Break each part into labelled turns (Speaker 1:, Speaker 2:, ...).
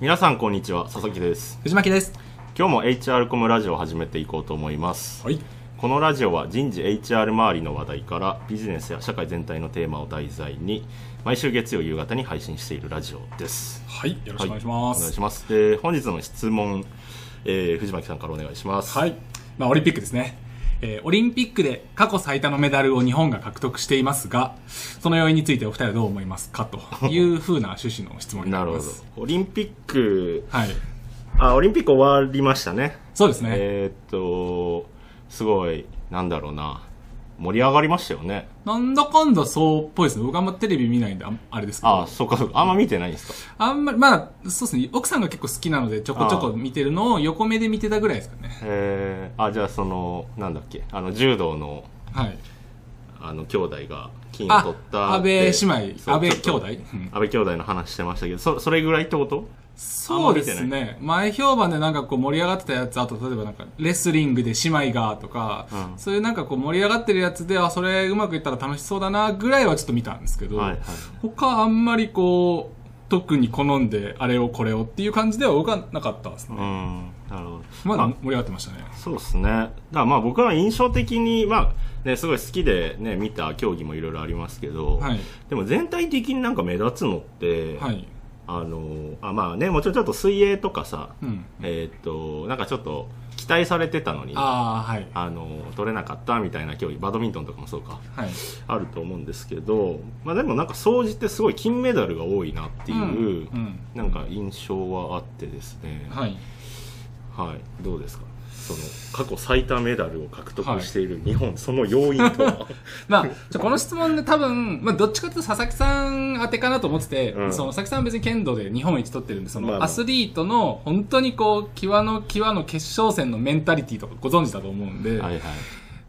Speaker 1: 皆さんこんにちは佐々木です
Speaker 2: 藤巻です。
Speaker 1: 今日も HR コムラジオを始めていこうと思います
Speaker 2: はい。
Speaker 1: このラジオは人事 HR 周りの話題からビジネスや社会全体のテーマを題材に毎週月曜夕方に配信しているラジオです
Speaker 2: はい。よろしくお願いし
Speaker 1: は
Speaker 2: ま
Speaker 1: お願い
Speaker 2: す。
Speaker 1: しますで本日の質問、えー藤巻さんからお願いします
Speaker 2: はい。まあ、オリンピックですね。えーオリンピックで過去最多のメダルを日本が獲得していますが、その要因についてお二人はどう思いますかというふうな趣旨の質問にな
Speaker 1: な
Speaker 2: り
Speaker 1: るほ
Speaker 2: ま
Speaker 1: ど
Speaker 2: す。
Speaker 1: オリンピック
Speaker 2: はい。
Speaker 1: あオリンピック終わりましたね
Speaker 2: そうですね。
Speaker 1: えーっとすごいなんだろうな盛り上がりましたよね
Speaker 2: なんだかんだそうっぽいですね。僕あんまテレビ見ないんで、あんあれですけど。
Speaker 1: あそうかそうかあんま見てないんですか
Speaker 2: あんまり、まあ、そうですね。奥さんが結構好きなので、ちょこちょこ見てるのを横目で見てたぐらいですかね。
Speaker 1: えー、あじゃあそのなんだっけあの柔道の
Speaker 2: はい。
Speaker 1: あの兄弟が金を
Speaker 2: あ
Speaker 1: 取っ、た
Speaker 2: 安
Speaker 1: っ
Speaker 2: 倍
Speaker 1: て
Speaker 2: 姉妹、
Speaker 1: そう
Speaker 2: 安倍
Speaker 1: ちょっ
Speaker 2: 兄
Speaker 1: と
Speaker 2: 弟、うん
Speaker 1: 安倍兄弟の話してましたけどそそれぐらいってこと
Speaker 2: そうですね。前評判でなんかこう盛り上がってたやつ、あと例えばなんかレスリングで姉妹がとか、
Speaker 1: うん
Speaker 2: そういうなんかこう盛り上がってるやつで、あ、それうまくいったら楽しそうだなぐらいはちょっと見たんですけど、
Speaker 1: はいはい
Speaker 2: 他あんまりこう、特に好んであれをこれをっていう感じでは動かなかったです
Speaker 1: う
Speaker 2: ね。
Speaker 1: んなるほど
Speaker 2: まだ
Speaker 1: ま
Speaker 2: 盛り上がってましたね
Speaker 1: あ。そうですねだからまあ僕は印象的にまあねすごい好きでね見た競技もいろいろありますけど、
Speaker 2: はい。
Speaker 1: でも全体的になんか目立つのって、
Speaker 2: はい。
Speaker 1: あのあまあねもちろんちょっと水泳とかさ、
Speaker 2: うん。
Speaker 1: えーっとなんかちょっと期待されてたのに
Speaker 2: ああ、はい。
Speaker 1: あの取れなかったみたいな競技バドミントンとかもそうか
Speaker 2: はい。
Speaker 1: あると思うんですけど、まあ、でもなんか総じてすごい金メダルが多いなっていう、
Speaker 2: うん
Speaker 1: なんか印象はあってですね、
Speaker 2: はい。
Speaker 1: はい、どうですかその過去最多メダルを獲得している日本、その要因と は
Speaker 2: まあ、ちょこの質問で多分、まあ、どっちかというと佐々木さん宛てかなと思ってて、
Speaker 1: うん
Speaker 2: その佐々木さんは別に剣道で日本一取ってるんで、そ
Speaker 1: まあま
Speaker 2: の
Speaker 1: あ
Speaker 2: アスリートの本当にこう、際の際の決勝戦のメンタリティとかご存知だと思うんで、
Speaker 1: はいはい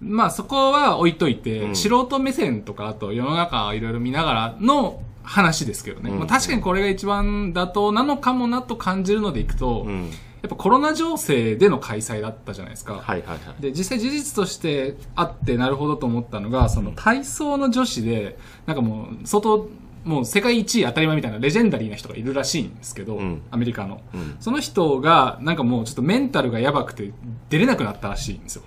Speaker 2: まあそこは置いといて、
Speaker 1: うん
Speaker 2: 素人目線とか、あと世の中いろいろ見ながらの話ですけどね、
Speaker 1: うん
Speaker 2: まあ、確かにこれが一番妥当なのかもなと感じるのでいくと、
Speaker 1: う
Speaker 2: や
Speaker 1: ん、
Speaker 2: っぱコロナ情勢での開催だったじゃないですか。
Speaker 1: はいはいはい
Speaker 2: で、実際事実としてあってなるほどと思ったのが、その体操の女子で、なんかもう相当、もう世界一位当たり前みたいなレジェンダリーな人がいるらしいんですけど、
Speaker 1: うん
Speaker 2: アメリカの。
Speaker 1: うん、
Speaker 2: その人が、なんかもうちょっとメンタルがやばくて出れなくなったらしいんですよ。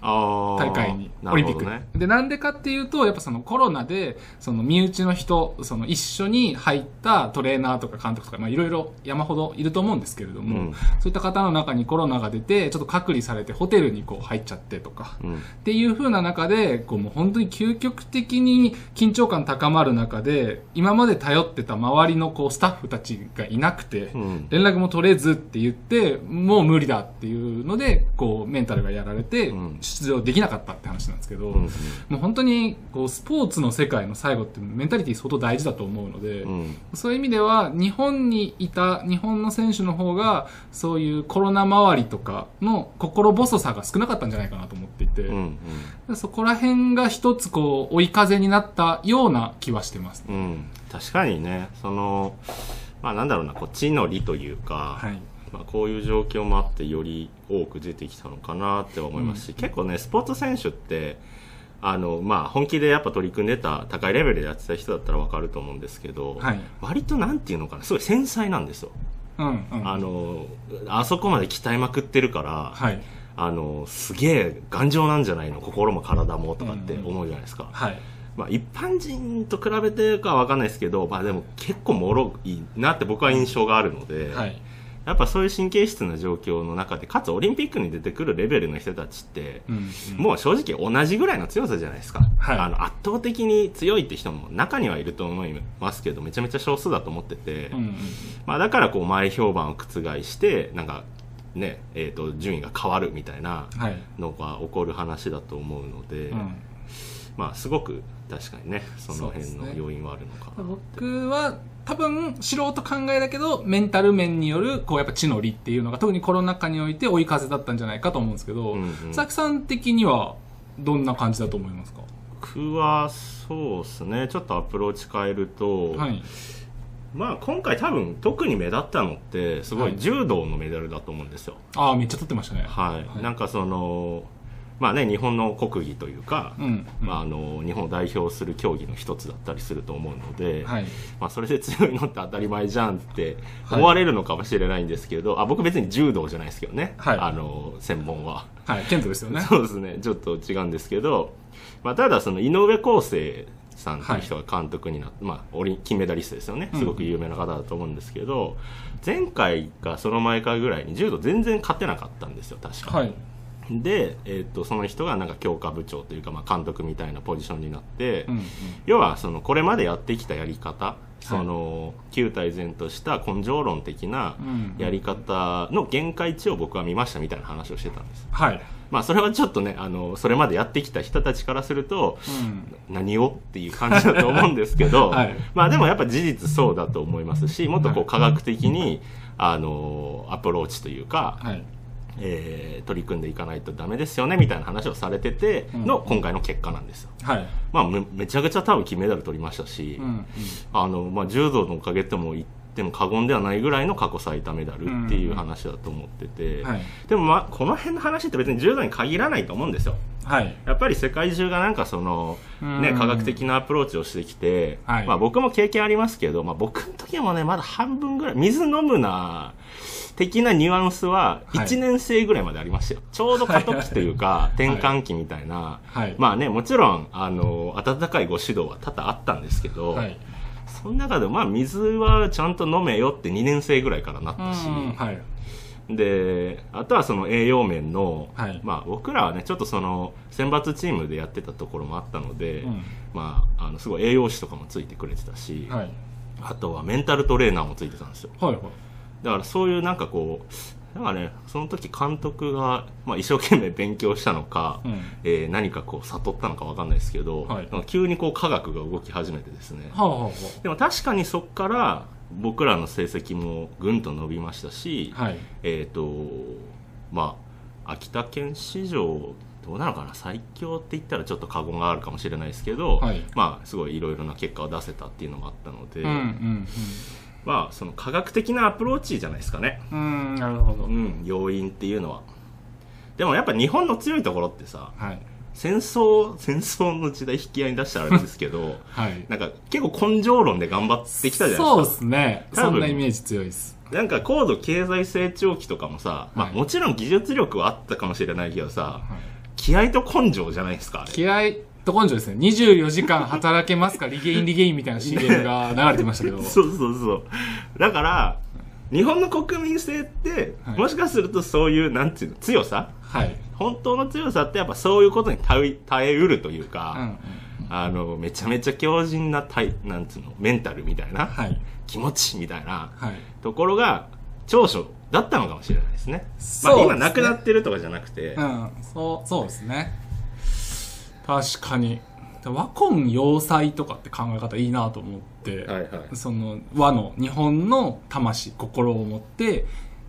Speaker 1: あー
Speaker 2: 大会に、
Speaker 1: な
Speaker 2: オリ
Speaker 1: る
Speaker 2: ンピ
Speaker 1: ほ
Speaker 2: ッ
Speaker 1: ど
Speaker 2: クに
Speaker 1: ね
Speaker 2: で、なんでかっていうと、やっぱそのコロナで、その身内の人、その一緒に入ったトレーナーとか監督とか、まあいろいろ山ほどいると思うんですけれども、
Speaker 1: うん
Speaker 2: そういった方の中にコロナが出て、ちょっと隔離されてホテルにこう入っちゃってとか、
Speaker 1: うん
Speaker 2: っていう風な中で、こうもう本当に究極的に緊張感高まる中で、今まで頼ってた周りのこうスタッフたちがいなくて、
Speaker 1: うん
Speaker 2: 連絡も取れずって言って、もう無理だっていうので、こうメンタルがやられて
Speaker 1: うん、
Speaker 2: 出場できなかったって話なんですけど、
Speaker 1: うん
Speaker 2: もう本当にこうスポーツの世界の最後ってメンタリティ相当大事だと思うので、
Speaker 1: うん
Speaker 2: そういう意味では、日本にいた日本の選手の方が、そういうコロナ周りとかの心細さが少なかったんじゃないかなと思っていて、
Speaker 1: うんうん
Speaker 2: そこら辺が一つこう、追い風になったような気はしてます。
Speaker 1: うん確かにねそのまあなんだろうなこう地の利というか、
Speaker 2: はい。
Speaker 1: まあ、こういう状況もあってより多く出てきたのかなって思いますし、結構ねスポーツ選手ってあの、まあ、本気でやっぱ取り組んでた高いレベルでやってた人だったらわかると思うんですけど、
Speaker 2: はい。
Speaker 1: 割となんていうのかなすごい繊細なんですよ、
Speaker 2: うん、うん。
Speaker 1: あのあそこまで鍛えまくってるから、
Speaker 2: はい。
Speaker 1: あのすげえ頑丈なんじゃないの心も体もとかって思うじゃないですか、
Speaker 2: はい。
Speaker 1: まあ、一般人と比べてかはわかんないですけど、まあ、でも結構もろいなって僕は印象があるので。
Speaker 2: はい。
Speaker 1: やっぱそういう神経質な状況の中で、かつオリンピックに出てくるレベルの人たちって、
Speaker 2: うん、
Speaker 1: もう正直同じぐらいの強さじゃないですか、
Speaker 2: はい
Speaker 1: あの圧倒的に強いって人も中にはいると思いますけどめちゃめちゃ少数だと思ってて、
Speaker 2: うん。うん。
Speaker 1: まあ、だからこう前評判を覆してなんか、ねえー、と順位が変わるみたいな
Speaker 2: はい。
Speaker 1: のが起こる話だと思うので、
Speaker 2: うん。
Speaker 1: まあ、すごく確かにねその辺
Speaker 2: そう
Speaker 1: の
Speaker 2: ですね
Speaker 1: 要因はあるのかなって
Speaker 2: 僕は多分素人考えだけどメンタル面によるこうやっぱ地の利っていうのが特にコロナ禍において追い風だったんじゃないかと思うんですけど、
Speaker 1: うんうん
Speaker 2: 佐々木さん的にはどんな感じだと思いますか
Speaker 1: 僕はそうですねちょっとアプローチ変えると、
Speaker 2: はい
Speaker 1: まあ今回多分特に目立ったのってすごい柔道のメダルだと思うんですよ。
Speaker 2: ああめっちゃ撮ってましたね
Speaker 1: はい。
Speaker 2: はい
Speaker 1: なんかその、まあね、日本の国技というか、
Speaker 2: うんうん
Speaker 1: まあ、あの日本を代表する競技の一つだったりすると思うので、
Speaker 2: はい
Speaker 1: まあ、それで強いのって当たり前じゃんって思われるのかもしれないんですけど、あ僕別に柔道じゃないですけどね、
Speaker 2: はい
Speaker 1: あの専門は。
Speaker 2: はい、剣道ですよね。
Speaker 1: そうですね、ちょっと違うんですけど、まあ、ただその井上康生さんという人が監督になって、まあ、オリ金メダリストですよね、
Speaker 2: うん
Speaker 1: すごく有名な方だと思うんですけど、前回かその前回ぐらいに柔道全然勝てなかったんですよ、確か。
Speaker 2: はい。
Speaker 1: で、えっとその人がなんか強化部長というか、まあ、監督みたいなポジションになって、
Speaker 2: うんうん
Speaker 1: 要はそのこれまでやってきたやり方、その旧体前とした根性論的な
Speaker 2: うん
Speaker 1: やり方の限界値を僕は見ましたみたいな話をしてたんです。
Speaker 2: はい。
Speaker 1: まあそれはちょっとねあのそれまでやってきた人たちからすると
Speaker 2: うん。
Speaker 1: 何をっていう感じだと思うんですけど、
Speaker 2: はい
Speaker 1: まあでもやっぱ事実そうだと思いますしもっとこ
Speaker 2: は
Speaker 1: う科学的にあのアプローチというか、
Speaker 2: はい。
Speaker 1: えー取り組んでいかないとダメですよねみたいな話をされてての今回の結果なんですよ。
Speaker 2: はい。
Speaker 1: まあ、めめちゃくちゃ多分金メダル取りましたし、
Speaker 2: うんうん。
Speaker 1: あのまあ、柔道のおかげとも言っても過言ではないぐらいの過去最多メダルっていう話だと思ってて、
Speaker 2: はい。
Speaker 1: でも、まあ、この辺の話って別に柔道に限らないと思うんですよ。
Speaker 2: はい。
Speaker 1: やっぱり世界中がなんかその、ね、
Speaker 2: うん
Speaker 1: 科学的なアプローチをしてきて、
Speaker 2: はい
Speaker 1: まあ僕も経験ありますけど、まあ僕の時もね、まだ半分ぐらい、水飲むな、的なニュアンスは
Speaker 2: はい
Speaker 1: 1年生ぐらいまでありましたよ。ちょうど過渡期というか、
Speaker 2: い
Speaker 1: 転換期みたいな。
Speaker 2: はい。
Speaker 1: まあね、もちろん、あの、温かいご指導は多々あったんですけど、
Speaker 2: はい。
Speaker 1: その中でもまあ水はちゃんと飲めよって2年生ぐらいからなっ
Speaker 2: う
Speaker 1: たし、
Speaker 2: ん。はい。
Speaker 1: であとはその栄養面の、
Speaker 2: はい
Speaker 1: まあ、僕らはねちょっとその選抜チームでやってたところもあったので、
Speaker 2: うん
Speaker 1: まあ、あのすごい栄養士とかもついてくれてたし、
Speaker 2: はい。
Speaker 1: あとはメンタルトレーナーもついてたんですよ
Speaker 2: はい。はい。
Speaker 1: だからそういうなんかこうなんかねその時監督が、まあ、一生懸命勉強したのか、
Speaker 2: うん
Speaker 1: えー何かこう悟ったのか分かんないですけど、
Speaker 2: はい
Speaker 1: なんか急にこう科学が動き始めてですね、
Speaker 2: はあは
Speaker 1: でも確かにそこから僕らの成績もぐんと伸びましたし、
Speaker 2: あはあ。はい。
Speaker 1: えーとまあ、秋田県市場どうなのかな最強って言ったらちょっと過言があるかもしれないですけど、
Speaker 2: はい
Speaker 1: まあ、すごいいろいろな結果を出せたっていうのもあったので、
Speaker 2: うんうん
Speaker 1: まあ、その科学的なアプローチじゃないですかね、
Speaker 2: うん。うん、なるほど
Speaker 1: う。ん、要因っていうのは。でもやっぱ日本の強いところってさ
Speaker 2: はい。
Speaker 1: 戦争戦争の時代引き合いに出したらあれですけ ど
Speaker 2: はい。
Speaker 1: なんか結構根性論で頑張ってきたじゃないですか
Speaker 2: そうですね。
Speaker 1: 多分
Speaker 2: そんなイメージ強いです。
Speaker 1: なんか高度経済成長期とかもさ、まあ、
Speaker 2: はい
Speaker 1: もちろん技術力はあったかもしれないけどさ、
Speaker 2: はい
Speaker 1: 気合と根性じゃないですか、あれ
Speaker 2: 気合と根性ですね。24時間働けますかリゲインリゲインみたいな CM が流れてましたけど。
Speaker 1: そうそうそう。だから、日本の国民性って、
Speaker 2: はい
Speaker 1: もしかするとそういう、なんていうの、強さ
Speaker 2: はい。
Speaker 1: 本当の強さってやっぱそういうことに耐え耐えうるという
Speaker 2: うんうん
Speaker 1: か、。あの、めちゃめちゃ強靭な体、なんつうの、メンタルみたいな、
Speaker 2: はい。
Speaker 1: 気持ちみたいな
Speaker 2: はい。
Speaker 1: ところが、長所だったのかもしれないですね。
Speaker 2: そうです
Speaker 1: まあ
Speaker 2: ね
Speaker 1: 今なくなってるとかじゃなくて、
Speaker 2: うん、そう、そうですね。確かに。和魂要塞とかって考え方いいなと思って、
Speaker 1: はいはい
Speaker 2: その和の日本の魂、心を持って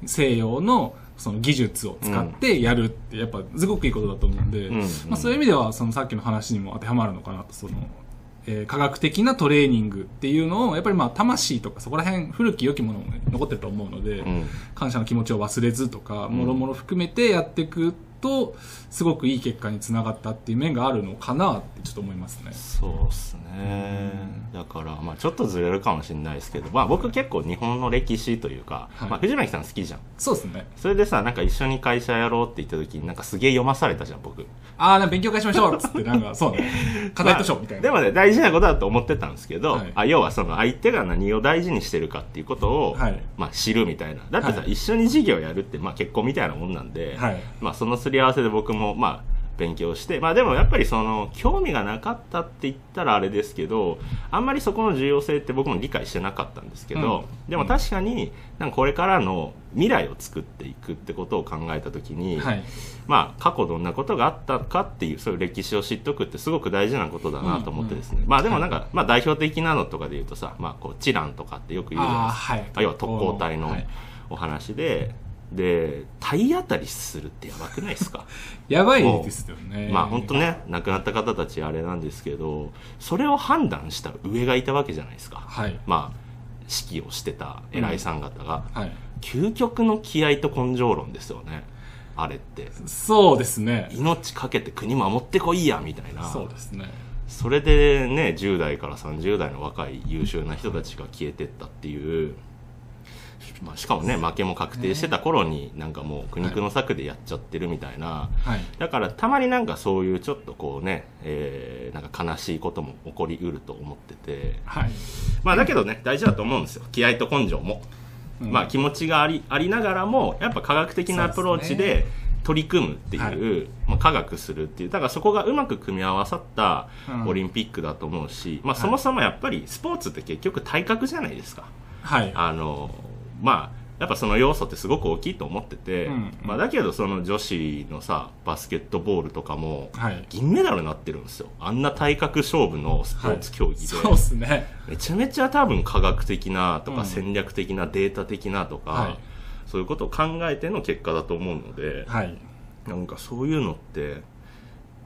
Speaker 2: 西洋のその技術を使ってやるってやっぱすごくいいことだと思うんで、
Speaker 1: うんうん
Speaker 2: まあ、そういう意味ではそのさっきの話にも当てはまるのかなと、その、えー科学的なトレーニングっていうのをやっぱりまあ魂とかそこら辺古き良きものも残ってると思うので、
Speaker 1: うん
Speaker 2: 感謝の気持ちを忘れずとか、
Speaker 1: ん
Speaker 2: もろもろ含めてやっていくと、すごくいい結果につながったっていう面があるのかなってちょっと思いますね。
Speaker 1: そうですね、だから、まあ、ちょっとずれるかもしれないですけど、まあ、僕結構日本の歴史というか、
Speaker 2: はい
Speaker 1: まあ、藤巻さん好きじゃん
Speaker 2: そうですね。
Speaker 1: それでさなんか一緒に会社やろうって言った時になんかすげえ読まされたじゃん僕
Speaker 2: ああ、なんか勉強会しましょうっつ って、なんか、そうね。課題図書みたいな。
Speaker 1: まあでもね大事なことだと思ってたんですけど、
Speaker 2: はい
Speaker 1: あ要はその相手が何を大事にしてるかっていうことを、
Speaker 2: はい
Speaker 1: まあ、知るみたいなだってさ、
Speaker 2: はい
Speaker 1: 一緒に事業やるって、まあ、結婚みたいなもんなんで、
Speaker 2: はい
Speaker 1: まあ、そのすり合わせで僕もまあ勉強して、まあ、でもやっぱりその興味がなかったって言ったらあれですけどあんまりそこの重要性って僕も理解してなかったんですけど、でも確かになんかこれからの未来を作っていくってことを考えた時に、
Speaker 2: はい。
Speaker 1: まあ、過去どんなことがあったかっていうそういう歴史を知っとくってすごく大事なことだなと思ってですね、まあでもなんか、まあ、代表的なのとかで言うとさ、まあ、こう知覧とかってよく言うじゃない
Speaker 2: ああー、
Speaker 1: ですか
Speaker 2: はい。
Speaker 1: 要は特攻隊の
Speaker 2: はい
Speaker 1: お話で、で体当たりするってやばくないですか
Speaker 2: やばいですよね。
Speaker 1: まあ本当。ね亡くなった方たちあれなんですけどそれを判断した上がいたわけじゃないですか
Speaker 2: はい。
Speaker 1: まあ指揮をしてた偉いさん方が、
Speaker 2: はい。
Speaker 1: 究極の気合と根性論ですよねあれって
Speaker 2: そうですね。
Speaker 1: 命かけて国守ってこいやみたいな
Speaker 2: そうですね。
Speaker 1: それでね10代から30代の若い優秀な人たちが消えてったっていう、まあ、しかもね負けも確定してた頃になんかもう苦肉の策でやっちゃってるみたいな、
Speaker 2: はい。
Speaker 1: だからたまになんかそういうちょっとこうね、えーなんか悲しいことも起こりうると思ってて
Speaker 2: はい。
Speaker 1: まあだけどね大事だと思うんですよ気合と根性も、
Speaker 2: うん
Speaker 1: まあ気持ちがありありながらもやっぱ科学的なアプローチ
Speaker 2: そう
Speaker 1: で取り組むっていう
Speaker 2: はい
Speaker 1: まあ、科学するっていうだからそこがうまく組み合わさった
Speaker 2: うん
Speaker 1: オリンピックだと思うし、まあ、そもそもやっぱりスポーツって結局体格じゃないですか。
Speaker 2: はい。
Speaker 1: あのまあやっぱその要素ってすごく大きいと思ってて、
Speaker 2: うんうん
Speaker 1: まあ、だけどその女子のさバスケットボールとかも
Speaker 2: はい。
Speaker 1: 銀メダルになってるんですよあんな体格勝負のスポーツ競技で、
Speaker 2: そうですね。
Speaker 1: めちゃめちゃ多分科学的なと
Speaker 2: う
Speaker 1: か
Speaker 2: ん
Speaker 1: 戦略的なデータ的なとか、
Speaker 2: はい
Speaker 1: そういうことを考えての結果だと思うので、
Speaker 2: はい。
Speaker 1: なんかそういうのって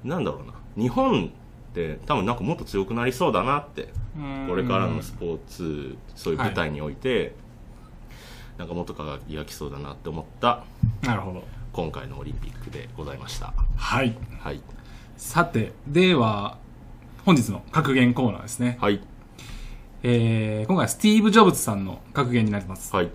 Speaker 1: なんだろうな日本って多分なんかもっと強くなりそうだなってこれからのスポーツそういう舞台において、なんかもっと輝きそうだなって思った
Speaker 2: うんなるほど。
Speaker 1: 今回のオリンピックでございました
Speaker 2: はい。
Speaker 1: はい
Speaker 2: さて、では、本日の格言コーナーですね。
Speaker 1: はい
Speaker 2: えー、今回はスティーブ・ジョブズさんの格言になります。
Speaker 1: はい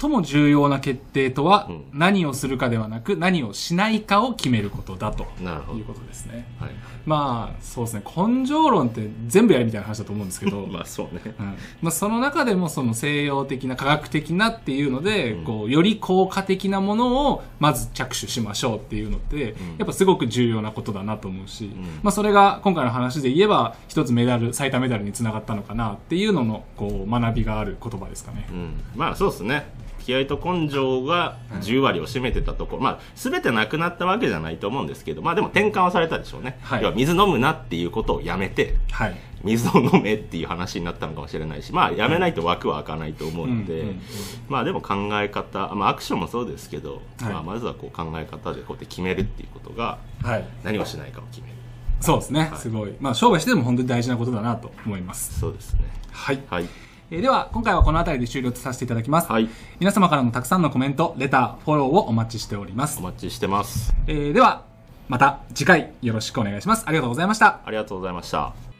Speaker 2: 最も重要な決定とは、
Speaker 1: うん
Speaker 2: 何をするかではなく、何をしないかを決めることだと
Speaker 1: なるほ
Speaker 2: い
Speaker 1: ど
Speaker 2: うことですね。
Speaker 1: はい
Speaker 2: まあ、そうですね。根性論って全部やるみたいな話だと思うんですけど、
Speaker 1: まあそうね
Speaker 2: うんまあ、その中でもその西洋的な科学的なっていうので、
Speaker 1: うん
Speaker 2: こうより効果的なものをまず着手しましょうっていうのって、
Speaker 1: ん
Speaker 2: やっぱすごく重要なことだなと思うし、
Speaker 1: ん
Speaker 2: まあ、それが今回の話で言えば一つメダル最多メダルにつながったのかなっていうののこう学びがある言葉ですかね
Speaker 1: う。んまあそうですね気合と根性が10割を占めてたところ、まあ、全てなくなったわけじゃないと思うんですけど、まあ、でも転換はされたでしょうね、
Speaker 2: はい
Speaker 1: 要は水飲むなっていうことをやめて
Speaker 2: はい、
Speaker 1: 水を飲めっていう話になったのかもしれないし、まあ、やめないと枠は開かないと思うので、
Speaker 2: うんうんうん
Speaker 1: まあ、でも考え方、まあ、アクションもそうですけど、
Speaker 2: はい
Speaker 1: まあ、まずはこう考え方でこうやって決めるっていうことが
Speaker 2: はい、
Speaker 1: 何をしないかを決める
Speaker 2: そうですね、
Speaker 1: い
Speaker 2: すごい、まあ、商売してでも本当に大事なことだなと思います。
Speaker 1: そうですね
Speaker 2: はい
Speaker 1: はい
Speaker 2: えーでは今回はこの辺りで終了とさせていただきます、
Speaker 1: はい
Speaker 2: 皆様からのたくさんのコメントレターフォローをお待ちしております
Speaker 1: お待ちしてます
Speaker 2: えーではまた次回よろしくお願いしますありがとうございました
Speaker 1: ありがとうございました